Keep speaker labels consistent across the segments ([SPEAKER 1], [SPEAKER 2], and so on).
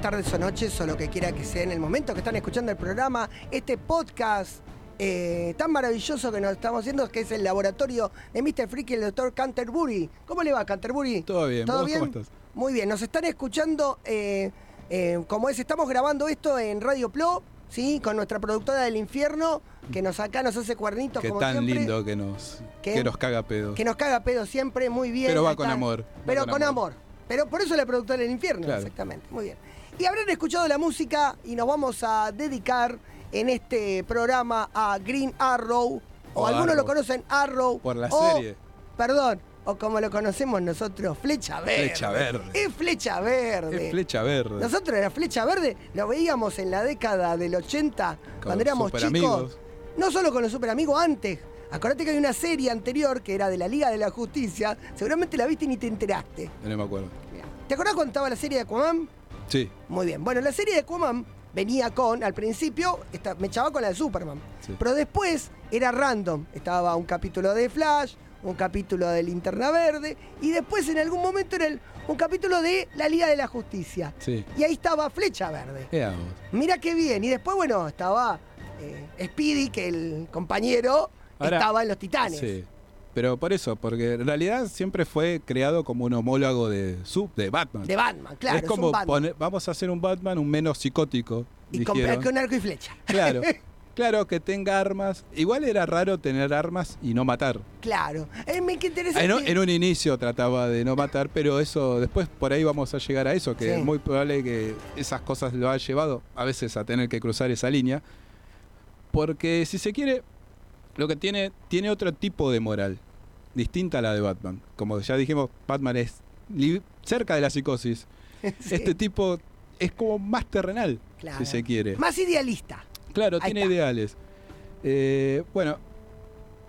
[SPEAKER 1] tardes o noches o lo que quiera que sea en el momento que están escuchando el programa, este podcast eh, tan maravilloso que nos estamos haciendo, que es el laboratorio de Mr. Freaky y el doctor Canterbury. ¿Cómo le va, Canterbury?
[SPEAKER 2] Todo bien, ¿vos cómo estás?
[SPEAKER 1] Muy bien, nos están escuchando, eh, eh, como es, estamos grabando esto en Radio Plo, ¿sí? Con nuestra productora del infierno, que nos acá nos hace cuernitos
[SPEAKER 2] Qué
[SPEAKER 1] como
[SPEAKER 2] tan
[SPEAKER 1] siempre.
[SPEAKER 2] lindo que nos,
[SPEAKER 1] ¿Qué?
[SPEAKER 2] que nos caga pedo.
[SPEAKER 1] Que nos caga pedo siempre, muy bien.
[SPEAKER 2] Pero va
[SPEAKER 1] ahí
[SPEAKER 2] con
[SPEAKER 1] está.
[SPEAKER 2] amor, va
[SPEAKER 1] Pero con,
[SPEAKER 2] con
[SPEAKER 1] amor.
[SPEAKER 2] amor.
[SPEAKER 1] Pero por eso la productora del infierno,
[SPEAKER 2] Claro.
[SPEAKER 1] exactamente. Muy bien. Y habrán escuchado la música y nos vamos a dedicar en este programa a Green Arrow. O,
[SPEAKER 2] O
[SPEAKER 1] algunos lo
[SPEAKER 2] Arrow.
[SPEAKER 1] conocen Arrow.
[SPEAKER 2] Por la
[SPEAKER 1] o-
[SPEAKER 2] serie.
[SPEAKER 1] Perdón. O como lo conocemos nosotros, Flecha Verde.
[SPEAKER 2] Flecha Verde.
[SPEAKER 1] Es Flecha Verde.
[SPEAKER 2] Es flecha verde.
[SPEAKER 1] Nosotros la flecha verde lo veíamos en la década del 80, cuando
[SPEAKER 2] los
[SPEAKER 1] éramos chicos.
[SPEAKER 2] superamigos.
[SPEAKER 1] No solo con los superamigos antes. Acordate que hay una serie anterior que era de la Liga de la Justicia. Seguramente la viste y ni te enteraste.
[SPEAKER 2] No me acuerdo.
[SPEAKER 1] Mirá. ¿Te acordás cuando estaba la serie de Aquaman?
[SPEAKER 2] Sí,
[SPEAKER 1] Muy bien. Bueno, la serie de Aquaman venía con, al principio, esta- me echaba con la de Superman.
[SPEAKER 2] Sí.
[SPEAKER 1] Pero después era random. Estaba un capítulo de Flash, un capítulo de Linterna Verde. Y después en algún momento era el- un capítulo de la Liga de la Justicia.
[SPEAKER 2] sí.
[SPEAKER 1] Y ahí estaba Flecha Verde.
[SPEAKER 2] Ea vos.
[SPEAKER 1] Mira qué bien. Y después, bueno, estaba eh, Speedy, que el compañero
[SPEAKER 2] Ahora-
[SPEAKER 1] estaba en los Titanes.
[SPEAKER 2] Sí. Pero por eso, porque en realidad siempre fue creado como un homólogo de, su, de Batman.
[SPEAKER 1] De Batman, claro.
[SPEAKER 2] es como
[SPEAKER 1] un Batman.
[SPEAKER 2] poner- vamos a hacer un Batman un menos psicótico.
[SPEAKER 1] y con,
[SPEAKER 2] dijeron.
[SPEAKER 1] con arco y flecha.
[SPEAKER 2] Claro. Claro, que tenga armas. Igual era raro tener armas y no matar.
[SPEAKER 1] Claro. Eh, me qué interesante.
[SPEAKER 2] Ah, En, un- en un inicio trataba de no matar, pero eso después por ahí vamos a llegar a eso, que
[SPEAKER 1] Sí.
[SPEAKER 2] es muy probable que esas cosas lo ha llevado a veces a tener que cruzar esa línea. Porque si se quiere, lo que tiene, tiene otro tipo de moral, distinta a la de Batman. Como ya dijimos, Batman es li- cerca de la psicosis.
[SPEAKER 1] Sí,
[SPEAKER 2] Este tipo es como más terrenal,
[SPEAKER 1] claro.
[SPEAKER 2] si se quiere.
[SPEAKER 1] Más idealista.
[SPEAKER 2] Claro,
[SPEAKER 1] Ahí
[SPEAKER 2] tiene
[SPEAKER 1] está.
[SPEAKER 2] ideales. Eh, bueno,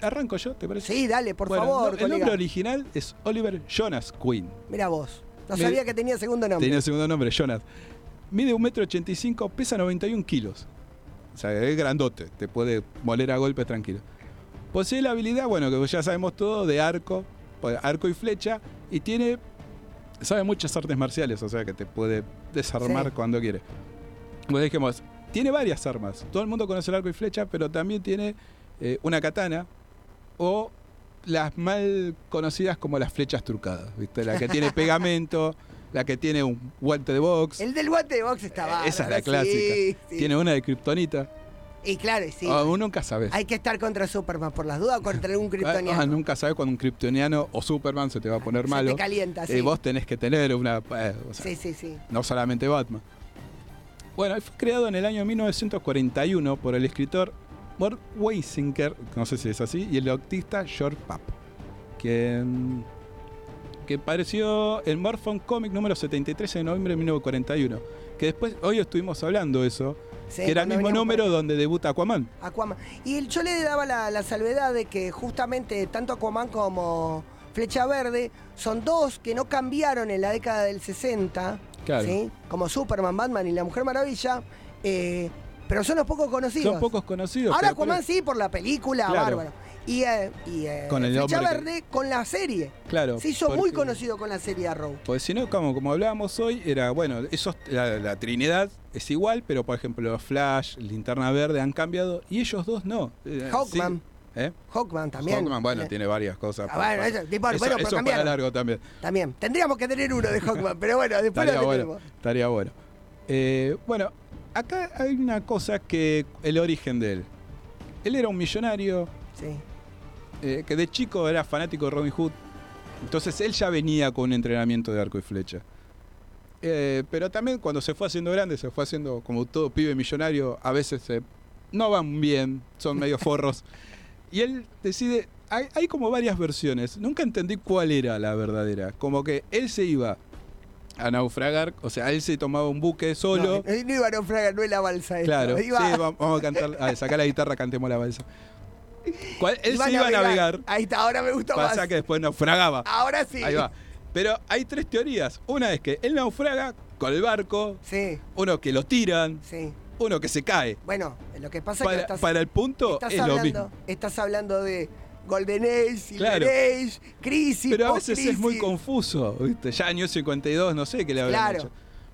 [SPEAKER 2] arranco yo, ¿te parece?
[SPEAKER 1] Sí, dale, por
[SPEAKER 2] Bueno,
[SPEAKER 1] favor,
[SPEAKER 2] no, el nombre
[SPEAKER 1] colega.
[SPEAKER 2] original es Oliver Jonas Quinn.
[SPEAKER 1] Mira vos. No
[SPEAKER 2] Me-
[SPEAKER 1] sabía que tenía segundo nombre.
[SPEAKER 2] Tenía el segundo nombre, Jonas. Mide 1,85m, pesa 91 kilos. O sea, es grandote, te puede moler a golpes tranquilo. Posee la habilidad, bueno, que ya sabemos todo, de arco, pues, arco y flecha, y tiene, sabe muchas artes marciales, o sea que te puede desarmar
[SPEAKER 1] Sí.
[SPEAKER 2] cuando quiere. Como dijimos, tiene varias armas. Todo el mundo conoce el arco y flecha, pero también tiene eh, una katana o las mal conocidas como las flechas trucadas, ¿viste? La que tiene pegamento, la que tiene un guante de box.
[SPEAKER 1] El del guante de box estaba.
[SPEAKER 2] Eh, Esa es la clásica. Tiene una de kriptonita.
[SPEAKER 1] Y claro, y sí.
[SPEAKER 2] Ah, uno nunca sabe.
[SPEAKER 1] Hay que estar contra Superman, por las dudas, o contra algún
[SPEAKER 2] Ah,
[SPEAKER 1] kryptoniano.
[SPEAKER 2] nunca sabe cuando un kryptoniano o Superman se te va a poner malo.
[SPEAKER 1] Se te calienta, sí.
[SPEAKER 2] Eh, vos tenés que tener una. eh, o sea,
[SPEAKER 1] Sí, sí, sí.
[SPEAKER 2] no solamente Batman. Bueno, fue creado en el año 1941 por el escritor Mort Weisinger, no sé si es así, y el autista George Papp, quien, que apareció en Morphon Comic número 73 de noviembre de 1941, que después, hoy estuvimos hablando eso,
[SPEAKER 1] Sí,
[SPEAKER 2] que era el
[SPEAKER 1] cuando
[SPEAKER 2] mismo
[SPEAKER 1] veníamos por-
[SPEAKER 2] número donde debuta Aquaman.
[SPEAKER 1] Aquaman. Y el- yo le daba la, la salvedad de que justamente tanto Aquaman como Flecha Verde son dos que no cambiaron en la década del 60,
[SPEAKER 2] Claro.
[SPEAKER 1] ¿sí? como Superman, Batman y La Mujer Maravilla, eh, pero son los pocos conocidos.
[SPEAKER 2] Son pocos conocidos.
[SPEAKER 1] Ahora
[SPEAKER 2] pero por-
[SPEAKER 1] Aquaman sí, por la película,
[SPEAKER 2] Claro.
[SPEAKER 1] bárbaro. Y, eh, y, eh,
[SPEAKER 2] Con el
[SPEAKER 1] Flecha
[SPEAKER 2] hombre que-
[SPEAKER 1] Verde con la serie.
[SPEAKER 2] Claro.
[SPEAKER 1] Se hizo muy
[SPEAKER 2] porque-
[SPEAKER 1] conocido con la serie Arrow.
[SPEAKER 2] Pues si no, como, como hablábamos hoy, era, bueno, esos, la, la Trinidad es igual, pero por ejemplo Flash, Linterna Verde han cambiado y ellos dos no. Eh,
[SPEAKER 1] Hawkman.
[SPEAKER 2] sí, ¿eh?
[SPEAKER 1] Hawkman también.
[SPEAKER 2] Hawkman, bueno,
[SPEAKER 1] Eh,
[SPEAKER 2] tiene varias cosas.
[SPEAKER 1] Ah, bueno, eso, tipo, bueno,
[SPEAKER 2] Eso-
[SPEAKER 1] pero
[SPEAKER 2] eso para
[SPEAKER 1] cambiaron.
[SPEAKER 2] largo también.
[SPEAKER 1] También. Tendríamos que tener uno de Hawkman, pero bueno, después
[SPEAKER 2] Estaría
[SPEAKER 1] lo
[SPEAKER 2] bueno.
[SPEAKER 1] tenemos.
[SPEAKER 2] Estaría bueno. Eh, bueno, acá hay una cosa que el origen de él. Él era un millonario
[SPEAKER 1] Sí.
[SPEAKER 2] eh, que de chico era fanático de Robin Hood. Entonces él ya venía con un entrenamiento de arco y flecha. Eh, pero también cuando se fue haciendo grande, se fue haciendo como todo pibe millonario, a veces eh, no van bien, son medio forros. Y él decide, hay, hay como varias versiones, nunca entendí cuál era la verdadera. Como que él se iba a naufragar, o sea, él se tomaba un buque solo.
[SPEAKER 1] No, no iba a naufragar, no es la balsa esta.
[SPEAKER 2] Claro,
[SPEAKER 1] Iba,
[SPEAKER 2] sí, va- vamos a cantar, a sacar la guitarra, cantemos la balsa. ¿Cuál- Él
[SPEAKER 1] iba
[SPEAKER 2] se iba a navegar,
[SPEAKER 1] Ahí está, ahora me gusta
[SPEAKER 2] pasa
[SPEAKER 1] más.
[SPEAKER 2] que después naufragaba.
[SPEAKER 1] Ahora sí.
[SPEAKER 2] Ahí va. Pero hay tres teorías. Una es que él naufraga con el barco,
[SPEAKER 1] Sí,
[SPEAKER 2] uno que lo tiran,
[SPEAKER 1] sí.
[SPEAKER 2] uno que se cae.
[SPEAKER 1] Bueno, lo que pasa es que
[SPEAKER 2] Para,
[SPEAKER 1] estás,
[SPEAKER 2] para el punto
[SPEAKER 1] estás
[SPEAKER 2] es lo
[SPEAKER 1] hablando,
[SPEAKER 2] mismo.
[SPEAKER 1] estás hablando de Golden Age, Silver
[SPEAKER 2] Claro.
[SPEAKER 1] Age, crisis,
[SPEAKER 2] Pero a veces es
[SPEAKER 1] post-crisis.
[SPEAKER 2] muy confuso. ¿viste? Ya año 52, no sé qué le habrán
[SPEAKER 1] Claro.
[SPEAKER 2] hecho.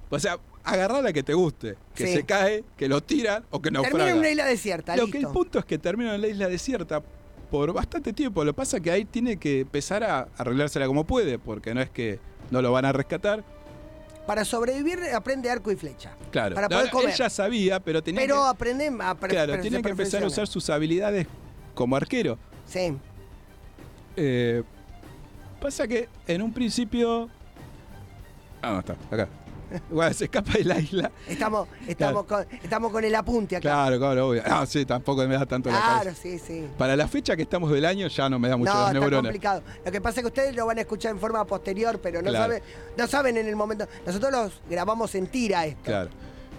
[SPEAKER 2] O sea, agarrá la que te guste, que
[SPEAKER 1] Sí.
[SPEAKER 2] se cae, que lo tiran o que naufraga.
[SPEAKER 1] Termina en una isla desierta,
[SPEAKER 2] Lo que el
[SPEAKER 1] listo.
[SPEAKER 2] punto es que termina en la isla desierta por bastante tiempo. Lo que pasa es que ahí tiene que empezar a arreglársela como puede, porque no es que no lo van a rescatar.
[SPEAKER 1] Para sobrevivir aprende arco y flecha.
[SPEAKER 2] Claro,
[SPEAKER 1] Para
[SPEAKER 2] la-
[SPEAKER 1] poder comer.
[SPEAKER 2] él ya sabía, pero tenía
[SPEAKER 1] Pero
[SPEAKER 2] que,
[SPEAKER 1] aprende a per-
[SPEAKER 2] claro,
[SPEAKER 1] per-
[SPEAKER 2] tiene
[SPEAKER 1] se
[SPEAKER 2] que empezar a usar
[SPEAKER 1] perfecciona.
[SPEAKER 2] sus habilidades como arquero.
[SPEAKER 1] Sí.
[SPEAKER 2] Eh, pasa que en un principio. Ah, no, está, acá. Igual se escapa de la isla.
[SPEAKER 1] Estamos, estamos, con, estamos con el apunte acá.
[SPEAKER 2] Claro, claro, obvio. Ah, sí, tampoco me da tanto la cabeza.
[SPEAKER 1] sí, sí.
[SPEAKER 2] Para la fecha que estamos del año ya no me da mucho
[SPEAKER 1] no,
[SPEAKER 2] las
[SPEAKER 1] está
[SPEAKER 2] neuronas.
[SPEAKER 1] complicado. Lo que pasa es que ustedes lo van a escuchar en forma posterior, pero no,
[SPEAKER 2] Claro.
[SPEAKER 1] saben, no saben en el momento. Nosotros los grabamos en tira esto.
[SPEAKER 2] Claro.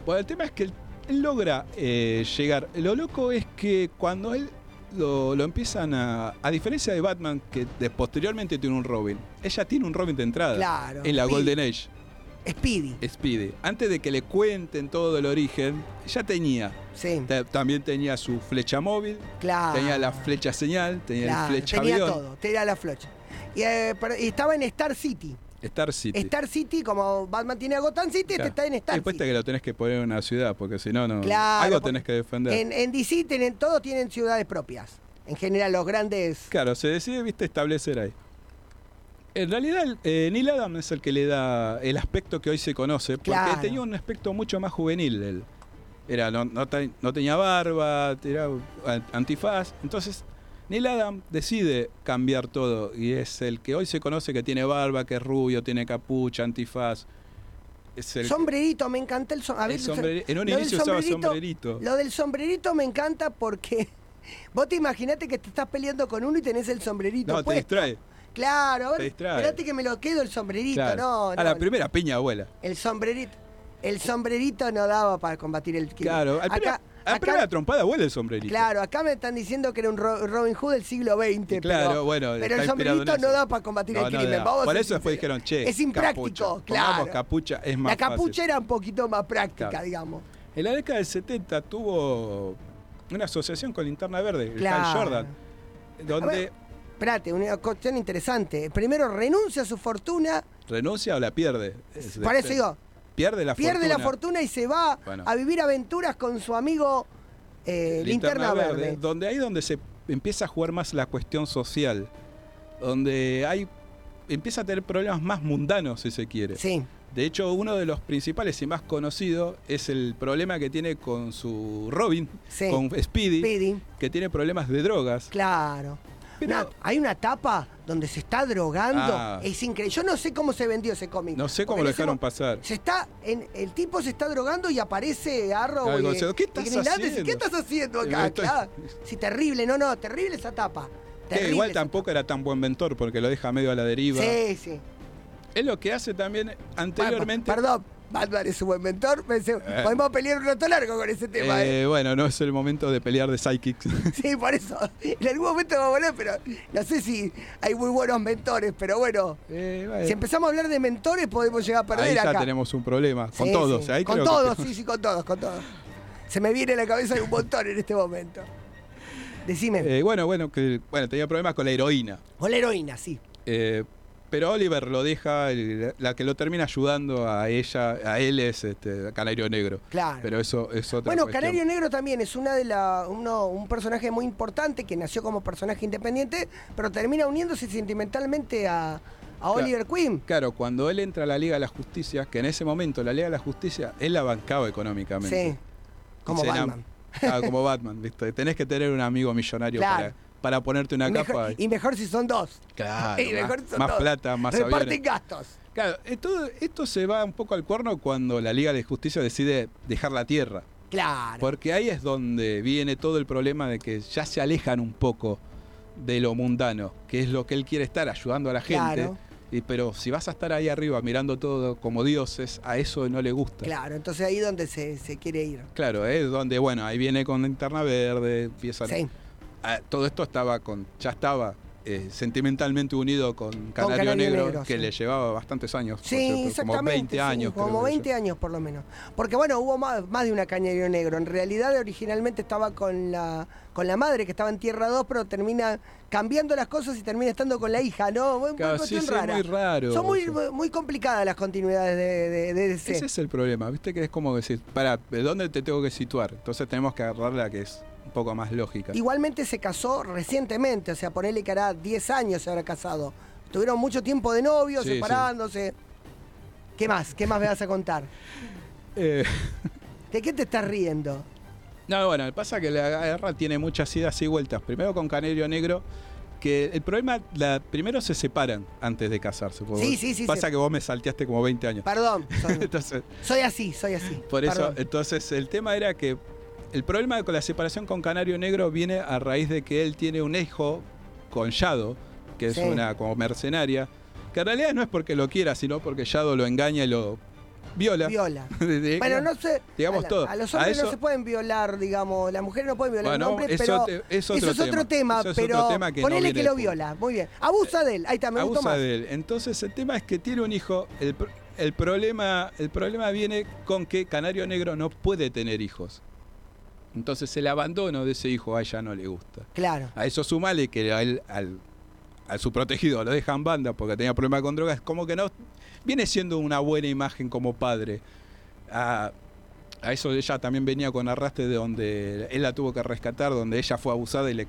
[SPEAKER 2] Bueno, el tema es que él él logra eh, llegar. Lo loco es que cuando él lo, lo empiezan a. A diferencia de Batman, que de- posteriormente tiene un Robin, ella tiene un Robin de entrada.
[SPEAKER 1] Claro.
[SPEAKER 2] En la
[SPEAKER 1] Speedy.
[SPEAKER 2] Golden Eh, Age,
[SPEAKER 1] Speedy.
[SPEAKER 2] Speedy. Antes de que le cuenten todo el origen, ya tenía.
[SPEAKER 1] Sí,
[SPEAKER 2] Ta- También tenía su flecha móvil,
[SPEAKER 1] claro.
[SPEAKER 2] tenía la flecha señal, tenía
[SPEAKER 1] Ah. Claro,
[SPEAKER 2] el flecha
[SPEAKER 1] tenía
[SPEAKER 2] avión.
[SPEAKER 1] todo, tenía la flecha. Y, eh, pero- y estaba en Star City.
[SPEAKER 2] Star City.
[SPEAKER 1] Star City, como Batman tiene a Gotham City, este
[SPEAKER 2] Claro.
[SPEAKER 1] está en
[SPEAKER 2] Y
[SPEAKER 1] Star
[SPEAKER 2] después
[SPEAKER 1] City.
[SPEAKER 2] te que lo tenés que poner en una ciudad, porque si no, no.
[SPEAKER 1] Claro,
[SPEAKER 2] algo
[SPEAKER 1] porque
[SPEAKER 2] tenés que defender.
[SPEAKER 1] En, en DC tienen, todos tienen ciudades propias. En general, los grandes.
[SPEAKER 2] Claro, se decide, viste, establecer ahí. En realidad, el- eh, Neil Adam es el que le da el aspecto que hoy se conoce, porque
[SPEAKER 1] Claro.
[SPEAKER 2] tenía un aspecto mucho más juvenil él. Era, no, no te- no tenía barba, era a- antifaz. Entonces, Neil Adam decide cambiar todo y es el que hoy se conoce que tiene barba, que es rubio, tiene capucha, antifaz. Es el,
[SPEAKER 1] sombrerito, me encanta el, som- a
[SPEAKER 2] el
[SPEAKER 1] ver, el som-
[SPEAKER 2] sombreri- En un
[SPEAKER 1] lo del
[SPEAKER 2] inicio usaba sombrerito.
[SPEAKER 1] Lo del sombrerito me encanta porque vos te imaginate que te estás peleando con uno y tenés el sombrerito.
[SPEAKER 2] No, te
[SPEAKER 1] puesto.
[SPEAKER 2] distrae.
[SPEAKER 1] Claro, a ver,
[SPEAKER 2] te distrae.
[SPEAKER 1] espérate que me lo quedo el sombrerito,
[SPEAKER 2] Claro.
[SPEAKER 1] no, no,
[SPEAKER 2] a la
[SPEAKER 1] no.
[SPEAKER 2] primera piña abuela.
[SPEAKER 1] El sombrerito, el sombrerito no daba para combatir el crimen.
[SPEAKER 2] Claro, al
[SPEAKER 1] acá,
[SPEAKER 2] primera, a la
[SPEAKER 1] acá-
[SPEAKER 2] primera trompada vuelve el sombrerito.
[SPEAKER 1] claro, acá me están diciendo que era un Ro- Robin Hood del siglo XX, pero-
[SPEAKER 2] Claro,
[SPEAKER 1] pero,
[SPEAKER 2] bueno, está
[SPEAKER 1] el
[SPEAKER 2] inspirado
[SPEAKER 1] sombrerito
[SPEAKER 2] en eso.
[SPEAKER 1] no da para combatir
[SPEAKER 2] No,
[SPEAKER 1] el
[SPEAKER 2] no
[SPEAKER 1] crimen.
[SPEAKER 2] da.
[SPEAKER 1] vamos a
[SPEAKER 2] Por
[SPEAKER 1] ser
[SPEAKER 2] eso después
[SPEAKER 1] sinceros.
[SPEAKER 2] dijeron, che,
[SPEAKER 1] es impráctico,
[SPEAKER 2] capucha.
[SPEAKER 1] claro.
[SPEAKER 2] Pongamos capucha, es más
[SPEAKER 1] la capucha
[SPEAKER 2] fácil.
[SPEAKER 1] era un poquito más práctica,
[SPEAKER 2] Claro.
[SPEAKER 1] digamos.
[SPEAKER 2] En la década del 70 tuvo una asociación con Linterna Verde, el Hal
[SPEAKER 1] Claro.
[SPEAKER 2] Jordan, donde
[SPEAKER 1] A ver. Espérate, una cuestión interesante. Primero renuncia a su fortuna,
[SPEAKER 2] renuncia o la pierde. Es-
[SPEAKER 1] por eso digo,
[SPEAKER 2] Pierde la
[SPEAKER 1] pierde
[SPEAKER 2] fortuna.
[SPEAKER 1] la fortuna y se va
[SPEAKER 2] Bueno.
[SPEAKER 1] a vivir aventuras con su amigo eh, Linterna, Verde.
[SPEAKER 2] Donde ahí donde se empieza a jugar más la cuestión social, donde hay empieza a tener problemas más mundanos, si se quiere.
[SPEAKER 1] Sí,
[SPEAKER 2] De hecho, uno de los principales y más conocido es el problema que tiene con su Robin,
[SPEAKER 1] Sí.
[SPEAKER 2] con Speedy,
[SPEAKER 1] Speedy,
[SPEAKER 2] que tiene problemas de drogas.
[SPEAKER 1] claro.
[SPEAKER 2] Pero-
[SPEAKER 1] Una- hay una tapa donde se está drogando.
[SPEAKER 2] Ah.
[SPEAKER 1] Es increíble. Yo no sé cómo se vendió ese cómic.
[SPEAKER 2] No sé
[SPEAKER 1] Porque
[SPEAKER 2] cómo
[SPEAKER 1] en
[SPEAKER 2] lo
[SPEAKER 1] ese
[SPEAKER 2] dejaron
[SPEAKER 1] mo-
[SPEAKER 2] pasar.
[SPEAKER 1] Se está, en- el tipo se está drogando y aparece Arrow
[SPEAKER 2] Claro,
[SPEAKER 1] y-
[SPEAKER 2] como diciendo, ¿qué
[SPEAKER 1] y
[SPEAKER 2] estás
[SPEAKER 1] Green Lantern, dice, ¿Qué
[SPEAKER 2] haciendo?
[SPEAKER 1] estás haciendo
[SPEAKER 2] Eh,
[SPEAKER 1] acá?
[SPEAKER 2] estoy-
[SPEAKER 1] Claro. Sí, terrible. No, no, terrible esa tapa.
[SPEAKER 2] Que
[SPEAKER 1] Terrible
[SPEAKER 2] igual
[SPEAKER 1] esa
[SPEAKER 2] tampoco era tan buen mentor porque lo deja medio a la deriva.
[SPEAKER 1] Sí, sí.
[SPEAKER 2] Es lo que hace también anteriormente.
[SPEAKER 1] Pa- perdón, Batman es un buen mentor. me dice,
[SPEAKER 2] Eh.
[SPEAKER 1] Podemos pelear un rato largo con ese tema. eh.
[SPEAKER 2] Eh, Bueno, no es el momento de pelear de psychics.
[SPEAKER 1] Sí, por eso. En algún momento va a volver, pero no sé si hay muy buenos mentores. Pero bueno,
[SPEAKER 2] Eh, bueno,
[SPEAKER 1] si empezamos a hablar de mentores, podemos llegar a perder
[SPEAKER 2] ahí ya
[SPEAKER 1] acá.
[SPEAKER 2] tenemos un problema. Con
[SPEAKER 1] Sí,
[SPEAKER 2] todos.
[SPEAKER 1] sí.
[SPEAKER 2] ahí
[SPEAKER 1] con
[SPEAKER 2] creo que-
[SPEAKER 1] todos, sí, sí, con todos, con todos. Se me viene a la cabeza de un montón en este momento. Decime,
[SPEAKER 2] Eh, bueno, bueno, que, bueno, tenía problemas con la heroína.
[SPEAKER 1] con la heroína, sí.
[SPEAKER 2] Eh, pero Oliver lo deja, el- la que lo termina ayudando a ella, a él es este, Canario Negro.
[SPEAKER 1] Claro.
[SPEAKER 2] Pero eso es otra
[SPEAKER 1] Bueno,
[SPEAKER 2] cuestión.
[SPEAKER 1] Canario Negro también es una de la, uno- un personaje muy importante que nació como personaje independiente, pero termina uniéndose sentimentalmente a, a Oliver Queen.
[SPEAKER 2] Claro, cuando él entra a la Liga de la Justicia, que en ese momento la Liga de la Justicia, él la bancaba económicamente.
[SPEAKER 1] Sí, como
[SPEAKER 2] Se enam-
[SPEAKER 1] Batman.
[SPEAKER 2] Claro, como Batman, ¿viste? Tenés que tener un amigo millonario
[SPEAKER 1] Claro.
[SPEAKER 2] para, para ponerte una capa.
[SPEAKER 1] Mejor- y mejor si son dos.
[SPEAKER 2] Claro,
[SPEAKER 1] y mejor
[SPEAKER 2] más,
[SPEAKER 1] son
[SPEAKER 2] más
[SPEAKER 1] dos.
[SPEAKER 2] plata, más
[SPEAKER 1] Reparten
[SPEAKER 2] aviones.
[SPEAKER 1] gastos.
[SPEAKER 2] Claro, eh, todo esto se va un poco al cuerno cuando la Liga de Justicia decide dejar la Tierra.
[SPEAKER 1] Claro.
[SPEAKER 2] Porque ahí es donde viene todo el problema de que ya se alejan un poco de lo mundano, que es lo que él quiere estar ayudando a la gente.
[SPEAKER 1] Claro.
[SPEAKER 2] Y, pero si vas a estar ahí arriba mirando todo como dioses, a eso no le gusta.
[SPEAKER 1] Claro, entonces ahí es donde se, se quiere ir.
[SPEAKER 2] Claro, es donde, bueno, ahí viene con linterna verde, empiezan.
[SPEAKER 1] Sí,
[SPEAKER 2] Ah, todo esto estaba con, ya estaba eh, sentimentalmente unido con Canario,
[SPEAKER 1] Canario
[SPEAKER 2] Negro,
[SPEAKER 1] Negro,
[SPEAKER 2] que
[SPEAKER 1] sí.
[SPEAKER 2] le llevaba bastantes años. por
[SPEAKER 1] Sí,
[SPEAKER 2] cierto,
[SPEAKER 1] exactamente.
[SPEAKER 2] Como 20
[SPEAKER 1] sí,
[SPEAKER 2] años. creo
[SPEAKER 1] Como
[SPEAKER 2] que
[SPEAKER 1] 20 años por lo menos. Porque bueno, hubo más, más de una Canario Negro. En realidad originalmente estaba con la, con la madre que estaba en Tierra 2, pero termina cambiando las cosas y termina estando con la hija, ¿no? Una
[SPEAKER 2] Claro,
[SPEAKER 1] cuestión
[SPEAKER 2] sí, sí,
[SPEAKER 1] rara.
[SPEAKER 2] muy raro.
[SPEAKER 1] Son muy,
[SPEAKER 2] O sea,
[SPEAKER 1] muy complicadas las continuidades de, de, de DC.
[SPEAKER 2] Ese es el problema, viste que es como decir, para, ¿de dónde te tengo que situar? Entonces tenemos que agarrar la que es un poco más lógica.
[SPEAKER 1] Igualmente se casó recientemente, o sea, ponele que hará 10 años se habrá casado. Tuvieron mucho tiempo de novios,
[SPEAKER 2] Sí, sí.
[SPEAKER 1] separándose. ¿Qué más? ¿Qué más me vas a contar?
[SPEAKER 2] Eh,
[SPEAKER 1] ¿De qué te estás riendo?
[SPEAKER 2] No, bueno, pasa que la guerra tiene muchas idas y vueltas. Primero con Canario Negro, que el problema, la, primero se separan antes de casarse. porque
[SPEAKER 1] Sí,
[SPEAKER 2] vos-
[SPEAKER 1] sí, sí,
[SPEAKER 2] Pasa
[SPEAKER 1] se-
[SPEAKER 2] que vos me salteaste como 20 años.
[SPEAKER 1] Perdón, soy,
[SPEAKER 2] Entonces,
[SPEAKER 1] soy así, soy así.
[SPEAKER 2] por eso,
[SPEAKER 1] Perdón.
[SPEAKER 2] entonces el tema era que el problema con la separación con Canario Negro viene a raíz de que él tiene un hijo con Yado, que es
[SPEAKER 1] Sí.
[SPEAKER 2] una como mercenaria, que en realidad no es porque lo quiera, sino porque Yado lo engaña y lo viola.
[SPEAKER 1] Viola. Bueno, no sé.
[SPEAKER 2] Eh, Digamos
[SPEAKER 1] a, la-
[SPEAKER 2] todo.
[SPEAKER 1] A los
[SPEAKER 2] A
[SPEAKER 1] hombres no
[SPEAKER 2] eso-
[SPEAKER 1] se pueden violar, digamos. Las mujeres no pueden violar a un
[SPEAKER 2] Bueno,
[SPEAKER 1] hombre,
[SPEAKER 2] eso
[SPEAKER 1] pero.
[SPEAKER 2] te- es
[SPEAKER 1] eso
[SPEAKER 2] otro
[SPEAKER 1] es otro
[SPEAKER 2] tema.
[SPEAKER 1] tema,
[SPEAKER 2] Eso es
[SPEAKER 1] pero.
[SPEAKER 2] otro tema que no
[SPEAKER 1] ponele
[SPEAKER 2] viene
[SPEAKER 1] que lo
[SPEAKER 2] después.
[SPEAKER 1] viola. Muy bien. Abusa de él. Ahí está, me gustó
[SPEAKER 2] abusa
[SPEAKER 1] más.
[SPEAKER 2] de él. Entonces el tema es que tiene un hijo. El, pr- el problema, el problema viene con que Canario Negro no puede tener hijos. Entonces el abandono de ese hijo a ella no le gusta.
[SPEAKER 1] Claro.
[SPEAKER 2] A eso sumale que a él, al, a su protegido lo dejan banda porque tenía problemas con drogas. Como que no. Viene siendo una buena imagen como padre. A, a eso ella también venía con arrastre de donde él la tuvo que rescatar, donde ella fue abusada y le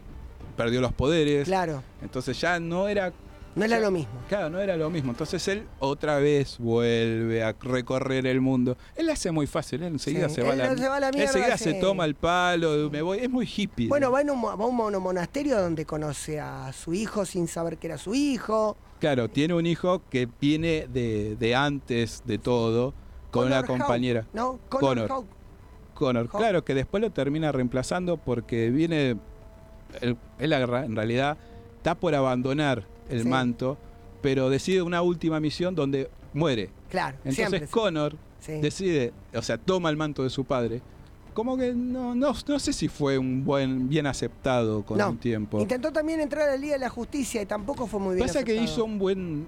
[SPEAKER 2] perdió los poderes.
[SPEAKER 1] Claro.
[SPEAKER 2] Entonces ya no era
[SPEAKER 1] No era
[SPEAKER 2] Claro.
[SPEAKER 1] lo mismo.
[SPEAKER 2] Claro, no era lo mismo. Entonces él otra vez vuelve a recorrer el mundo. Él la hace muy fácil, él enseguida
[SPEAKER 1] Sí.
[SPEAKER 2] se, va a
[SPEAKER 1] Él
[SPEAKER 2] la,
[SPEAKER 1] no se va a la mierda,
[SPEAKER 2] Enseguida se
[SPEAKER 1] sí.
[SPEAKER 2] toma el palo, me voy. Es muy hippie.
[SPEAKER 1] Bueno,
[SPEAKER 2] ¿no?
[SPEAKER 1] va, en un, mo- va a un monomonasterio donde conoce a su hijo sin saber que era su hijo.
[SPEAKER 2] Claro, tiene un hijo que viene de, de antes de todo, con una
[SPEAKER 1] Connor Hawke,
[SPEAKER 2] compañera,
[SPEAKER 1] ¿No?
[SPEAKER 2] Connor.
[SPEAKER 1] Connor. Hawke.
[SPEAKER 2] Connor.
[SPEAKER 1] Hawke.
[SPEAKER 2] Claro, que después lo termina reemplazando porque viene. Él, él agarra- en realidad está por abandonar el
[SPEAKER 1] Sí.
[SPEAKER 2] manto, pero decide una última misión donde muere.
[SPEAKER 1] Claro,
[SPEAKER 2] Entonces
[SPEAKER 1] siempre. sí.
[SPEAKER 2] Connor
[SPEAKER 1] Sí.
[SPEAKER 2] decide, o sea, toma el manto de su padre. Como que no, no, no sé si fue un buen, bien aceptado con
[SPEAKER 1] No.
[SPEAKER 2] el tiempo.
[SPEAKER 1] Intentó también entrar a la Liga de la Justicia y tampoco fue muy bien.
[SPEAKER 2] Pasa que
[SPEAKER 1] aceptado.
[SPEAKER 2] hizo un buen,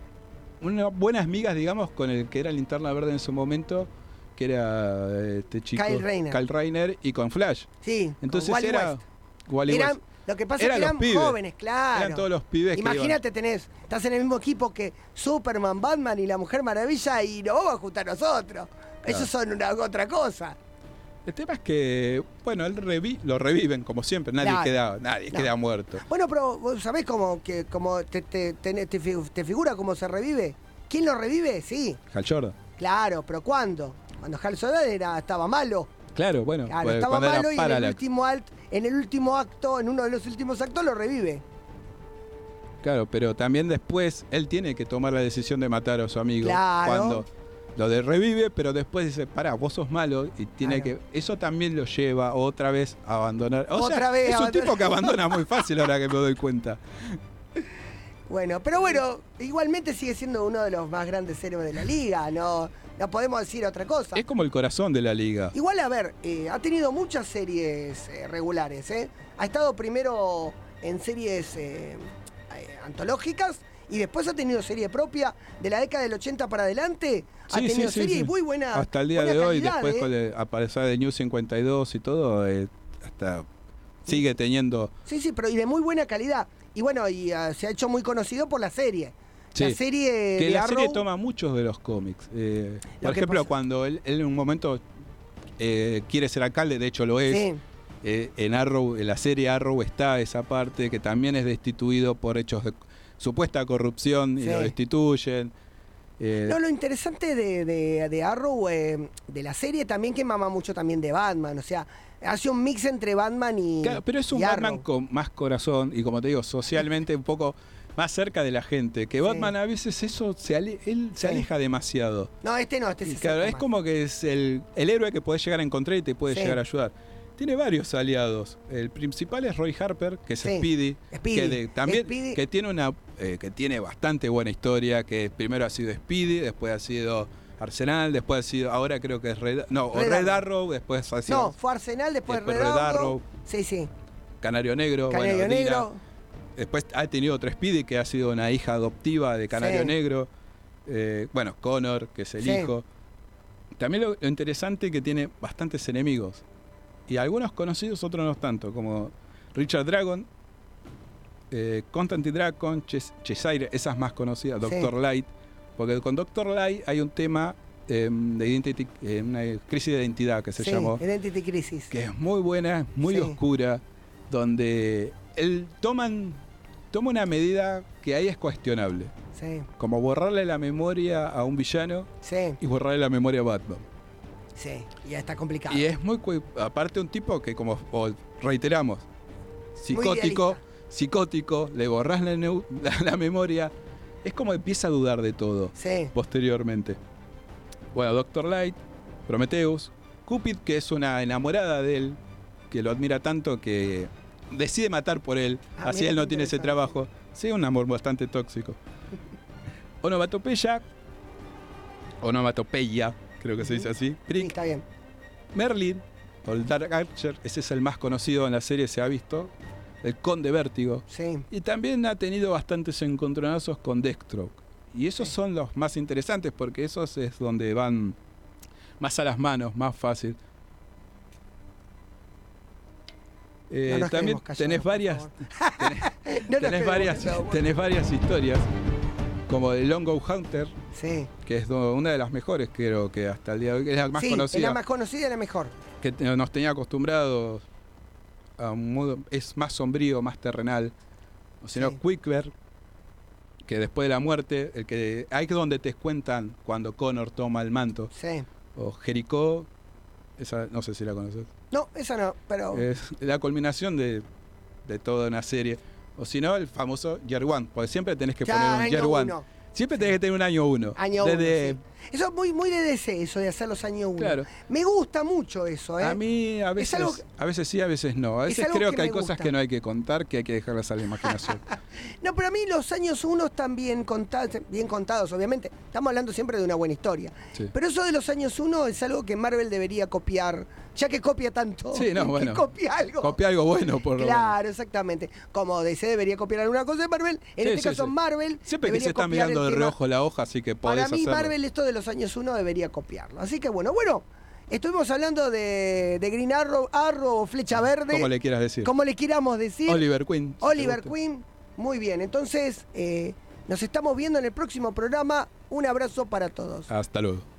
[SPEAKER 2] unas buenas migas, digamos, con el que era linterna verde en su momento, que era eh, este chico.
[SPEAKER 1] Kyle Rayner.
[SPEAKER 2] Kyle Rayner y con Flash.
[SPEAKER 1] Sí, con
[SPEAKER 2] Entonces
[SPEAKER 1] Wally
[SPEAKER 2] era.
[SPEAKER 1] West.
[SPEAKER 2] Wally
[SPEAKER 1] Eran-
[SPEAKER 2] West.
[SPEAKER 1] lo que pasa
[SPEAKER 2] Eran
[SPEAKER 1] es que
[SPEAKER 2] los
[SPEAKER 1] eran
[SPEAKER 2] pibes.
[SPEAKER 1] jóvenes, claro.
[SPEAKER 2] Eran todos los pibes
[SPEAKER 1] Imagínate, tenés, estás en el mismo equipo que Superman, Batman y la Mujer Maravilla y nos vamos a juntar nosotros. Esos son una otra cosa.
[SPEAKER 2] que iban. El tema es que, bueno, él revi- lo reviven, como siempre. Nadie
[SPEAKER 1] Claro.
[SPEAKER 2] queda, nadie
[SPEAKER 1] No.
[SPEAKER 2] queda muerto.
[SPEAKER 1] Bueno, pero vos sabés cómo, que, cómo te, te, tenés- te fi- te figura cómo se revive. ¿Quién lo revive? Sí,
[SPEAKER 2] Hal Jordan.
[SPEAKER 1] claro, pero ¿cuándo? Cuando Hal Jordan era, estaba malo.
[SPEAKER 2] Claro, bueno,
[SPEAKER 1] Claro,
[SPEAKER 2] pues,
[SPEAKER 1] estaba
[SPEAKER 2] cuando era
[SPEAKER 1] malo y en el,
[SPEAKER 2] Parallax.
[SPEAKER 1] último alt- en el último acto, en uno de los últimos actos, lo revive.
[SPEAKER 2] Claro, pero también después él tiene que tomar la decisión de matar a su amigo.
[SPEAKER 1] Claro.
[SPEAKER 2] Cuando lo de revive, pero después dice, pará, vos sos malo y tiene
[SPEAKER 1] Claro.
[SPEAKER 2] que... Eso también lo lleva otra vez a abandonar... O
[SPEAKER 1] Otra
[SPEAKER 2] sea,
[SPEAKER 1] vez
[SPEAKER 2] es un
[SPEAKER 1] abandonar.
[SPEAKER 2] tipo que abandona muy fácil ahora que me doy cuenta.
[SPEAKER 1] Bueno, pero bueno, igualmente sigue siendo uno de los más grandes héroes de la liga, no, no podemos decir otra cosa.
[SPEAKER 2] Es como el corazón de la liga.
[SPEAKER 1] Igual, a ver, eh, ha tenido muchas series eh, regulares, ¿eh? Ha estado primero en series eh, eh, antológicas y después ha tenido serie propia de la década del 80 para adelante. ha
[SPEAKER 2] Sí, sí,
[SPEAKER 1] tenido
[SPEAKER 2] sí,
[SPEAKER 1] series
[SPEAKER 2] sí.
[SPEAKER 1] muy buenas.
[SPEAKER 2] Hasta el día
[SPEAKER 1] buena
[SPEAKER 2] de hoy,
[SPEAKER 1] calidad,
[SPEAKER 2] después
[SPEAKER 1] ¿eh?
[SPEAKER 2] con el aparecer de New 52 y todo, eh, hasta sigue teniendo...
[SPEAKER 1] Sí, sí, pero y de muy buena calidad. Y bueno, y ah, se ha hecho muy conocido por la serie.
[SPEAKER 2] Sí.
[SPEAKER 1] La serie
[SPEAKER 2] Que
[SPEAKER 1] de
[SPEAKER 2] la
[SPEAKER 1] Arrow,
[SPEAKER 2] serie toma muchos de los cómics. Eh,
[SPEAKER 1] Lo
[SPEAKER 2] por
[SPEAKER 1] que
[SPEAKER 2] ejemplo,
[SPEAKER 1] pasa-
[SPEAKER 2] cuando él, él en un momento eh, quiere ser alcalde, de hecho lo es.
[SPEAKER 1] sí.
[SPEAKER 2] Eh, en Arrow, en la serie Arrow está esa parte que también es destituido por hechos de supuesta corrupción y
[SPEAKER 1] Sí.
[SPEAKER 2] lo destituyen. Eh,
[SPEAKER 1] No, lo interesante de, de- de Arrow, eh, de la serie, también que mama mucho también de Batman. O sea, hace un mix entre Batman y.
[SPEAKER 2] claro, pero es un
[SPEAKER 1] y
[SPEAKER 2] Batman
[SPEAKER 1] Arrow.
[SPEAKER 2] con más corazón y como te digo, socialmente un poco más cerca de la gente. Que
[SPEAKER 1] Sí.
[SPEAKER 2] Batman a veces eso se ale- él se
[SPEAKER 1] Sí.
[SPEAKER 2] aleja demasiado.
[SPEAKER 1] No, este no, este
[SPEAKER 2] Y
[SPEAKER 1] se
[SPEAKER 2] claro,
[SPEAKER 1] acerca
[SPEAKER 2] es
[SPEAKER 1] más.
[SPEAKER 2] como que es el, el héroe que podés llegar a encontrar y te puede
[SPEAKER 1] Sí.
[SPEAKER 2] llegar a ayudar. Tiene varios aliados. El principal es Roy Harper, que es
[SPEAKER 1] Sí.
[SPEAKER 2] Speedy,
[SPEAKER 1] Speedy.
[SPEAKER 2] que de- también
[SPEAKER 1] Speedy.
[SPEAKER 2] que tiene una eh, que tiene bastante buena historia, que primero ha sido Speedy, después ha sido Arsenal, después ha sido ahora creo que es Red, no, o
[SPEAKER 1] Red
[SPEAKER 2] Red
[SPEAKER 1] Arrow.
[SPEAKER 2] Arrow, después ha sido
[SPEAKER 1] No, fue Arsenal, después,
[SPEAKER 2] Después
[SPEAKER 1] Red
[SPEAKER 2] Red
[SPEAKER 1] Arrow.
[SPEAKER 2] Arrow.
[SPEAKER 1] Sí, sí.
[SPEAKER 2] Canario Negro,
[SPEAKER 1] Canario
[SPEAKER 2] bueno, Dina.
[SPEAKER 1] Negro.
[SPEAKER 2] Después ha tenido otra Speedy, que ha sido una hija adoptiva de Canario
[SPEAKER 1] Sí.
[SPEAKER 2] Negro. Eh, bueno, Connor, que es el
[SPEAKER 1] Sí.
[SPEAKER 2] hijo. También lo, lo interesante es que tiene bastantes enemigos. Y algunos conocidos, otros no tanto, como Richard Dragon, eh, Constantine Dracon, Ches- Cheshire, esas más conocidas,
[SPEAKER 1] Sí.
[SPEAKER 2] Doctor Light, porque con Doctor Light hay un tema eh, de identity, eh, una crisis de identidad que se
[SPEAKER 1] sí,
[SPEAKER 2] llamó,
[SPEAKER 1] Identity Crisis.
[SPEAKER 2] que es muy buena, es muy
[SPEAKER 1] Sí.
[SPEAKER 2] oscura, donde él toman, toma una medida que ahí es cuestionable,
[SPEAKER 1] Sí,
[SPEAKER 2] como borrarle la memoria a un villano
[SPEAKER 1] sí,
[SPEAKER 2] y borrarle la memoria a Batman.
[SPEAKER 1] sí. Ya está complicado.
[SPEAKER 2] Y es muy. cu- Aparte, un tipo que, como o- reiteramos, psicótico, psicótico, le borrás la, neu- la- la memoria. Es como empieza a dudar de todo
[SPEAKER 1] Sí,
[SPEAKER 2] posteriormente. Bueno, Doctor Light, Prometheus, Cupid, que es una enamorada de él, que lo admira tanto que decide matar por él,
[SPEAKER 1] Ah,
[SPEAKER 2] así
[SPEAKER 1] mira
[SPEAKER 2] él no
[SPEAKER 1] qué
[SPEAKER 2] tiene ese
[SPEAKER 1] interesante.
[SPEAKER 2] trabajo. Sí, un amor bastante tóxico. Onomatopeya, onomatopeya, creo que se dice así,
[SPEAKER 1] sí,
[SPEAKER 2] Prick,
[SPEAKER 1] está bien.
[SPEAKER 2] Merlin, o el Dark Archer, ese es el más conocido en la serie, se ha visto. El Conde Vértigo.
[SPEAKER 1] Sí,
[SPEAKER 2] Y también ha tenido bastantes encontronazos con Deathstroke. Y esos
[SPEAKER 1] Sí.
[SPEAKER 2] son los más interesantes porque esos es donde van más a las manos, más fácil. Eh,
[SPEAKER 1] No nos
[SPEAKER 2] también
[SPEAKER 1] quedemos callados,
[SPEAKER 2] tenés
[SPEAKER 1] por
[SPEAKER 2] varias,
[SPEAKER 1] favor. No nos
[SPEAKER 2] tenés
[SPEAKER 1] quedemos
[SPEAKER 2] varias,
[SPEAKER 1] callados, por
[SPEAKER 2] tenés varias historias, como de Long Go Hunter,
[SPEAKER 1] favor. Sí,
[SPEAKER 2] que es do- una de las mejores, creo que hasta el día de hoy, que es la más
[SPEAKER 1] sí,
[SPEAKER 2] conocida
[SPEAKER 1] es la más conocida y la mejor.
[SPEAKER 2] que te- nos tenía acostumbrados a un modo es más sombrío, más terrenal. O si no,
[SPEAKER 1] Sí.
[SPEAKER 2] Quickver, que después de la muerte, el que ahí es donde te cuentan cuando Connor toma el manto.
[SPEAKER 1] Sí.
[SPEAKER 2] O Jericó, esa no sé si la conoces.
[SPEAKER 1] No, esa no, pero
[SPEAKER 2] Es la culminación de, de toda una serie. O si no, el famoso Year One, porque siempre tenés que
[SPEAKER 1] ya
[SPEAKER 2] poner un
[SPEAKER 1] año
[SPEAKER 2] Year One.
[SPEAKER 1] uno.
[SPEAKER 2] Siempre tenés que tener un año uno.
[SPEAKER 1] Año
[SPEAKER 2] Desde-
[SPEAKER 1] uno, sí. Eso es muy, muy de DC, eso de hacer los años uno.
[SPEAKER 2] Claro.
[SPEAKER 1] Me gusta mucho eso, ¿eh?
[SPEAKER 2] A mí a veces,
[SPEAKER 1] algo que-
[SPEAKER 2] a veces sí, a veces no. A
[SPEAKER 1] es
[SPEAKER 2] veces
[SPEAKER 1] algo
[SPEAKER 2] creo
[SPEAKER 1] que
[SPEAKER 2] que hay
[SPEAKER 1] me
[SPEAKER 2] cosas
[SPEAKER 1] gusta.
[SPEAKER 2] que no hay que contar, que hay que dejarlas a la imaginación.
[SPEAKER 1] No, pero a mí los años uno están bien contados, bien contados, obviamente. Estamos hablando siempre de una buena historia.
[SPEAKER 2] Sí.
[SPEAKER 1] Pero eso de los años uno es algo que Marvel debería copiar, ya que copia tanto.
[SPEAKER 2] Sí, no,
[SPEAKER 1] que
[SPEAKER 2] bueno.
[SPEAKER 1] Copia algo.
[SPEAKER 2] Copia algo bueno, por lo menos.
[SPEAKER 1] Claro, exactamente. Como DC debería copiar alguna cosa de Marvel, en
[SPEAKER 2] Sí,
[SPEAKER 1] este
[SPEAKER 2] sí,
[SPEAKER 1] caso
[SPEAKER 2] sí.
[SPEAKER 1] Marvel.
[SPEAKER 2] Siempre que
[SPEAKER 1] debería
[SPEAKER 2] se está
[SPEAKER 1] copiar
[SPEAKER 2] mirando
[SPEAKER 1] el
[SPEAKER 2] de
[SPEAKER 1] tema.
[SPEAKER 2] reojo la hoja, así que podés
[SPEAKER 1] Para mí,
[SPEAKER 2] hacerlo.
[SPEAKER 1] Marvel, esto de los años 1 debería copiarlo. Así que bueno, bueno, estuvimos hablando de, de Green Arrow, Arrow o Flecha Verde,
[SPEAKER 2] Como le quieras decir.
[SPEAKER 1] como le queramos decir.
[SPEAKER 2] Oliver Queen. si
[SPEAKER 1] Oliver
[SPEAKER 2] te gusta.
[SPEAKER 1] Queen, muy bien. Entonces, eh, nos estamos viendo en el próximo programa. Un abrazo para todos.
[SPEAKER 2] Hasta luego.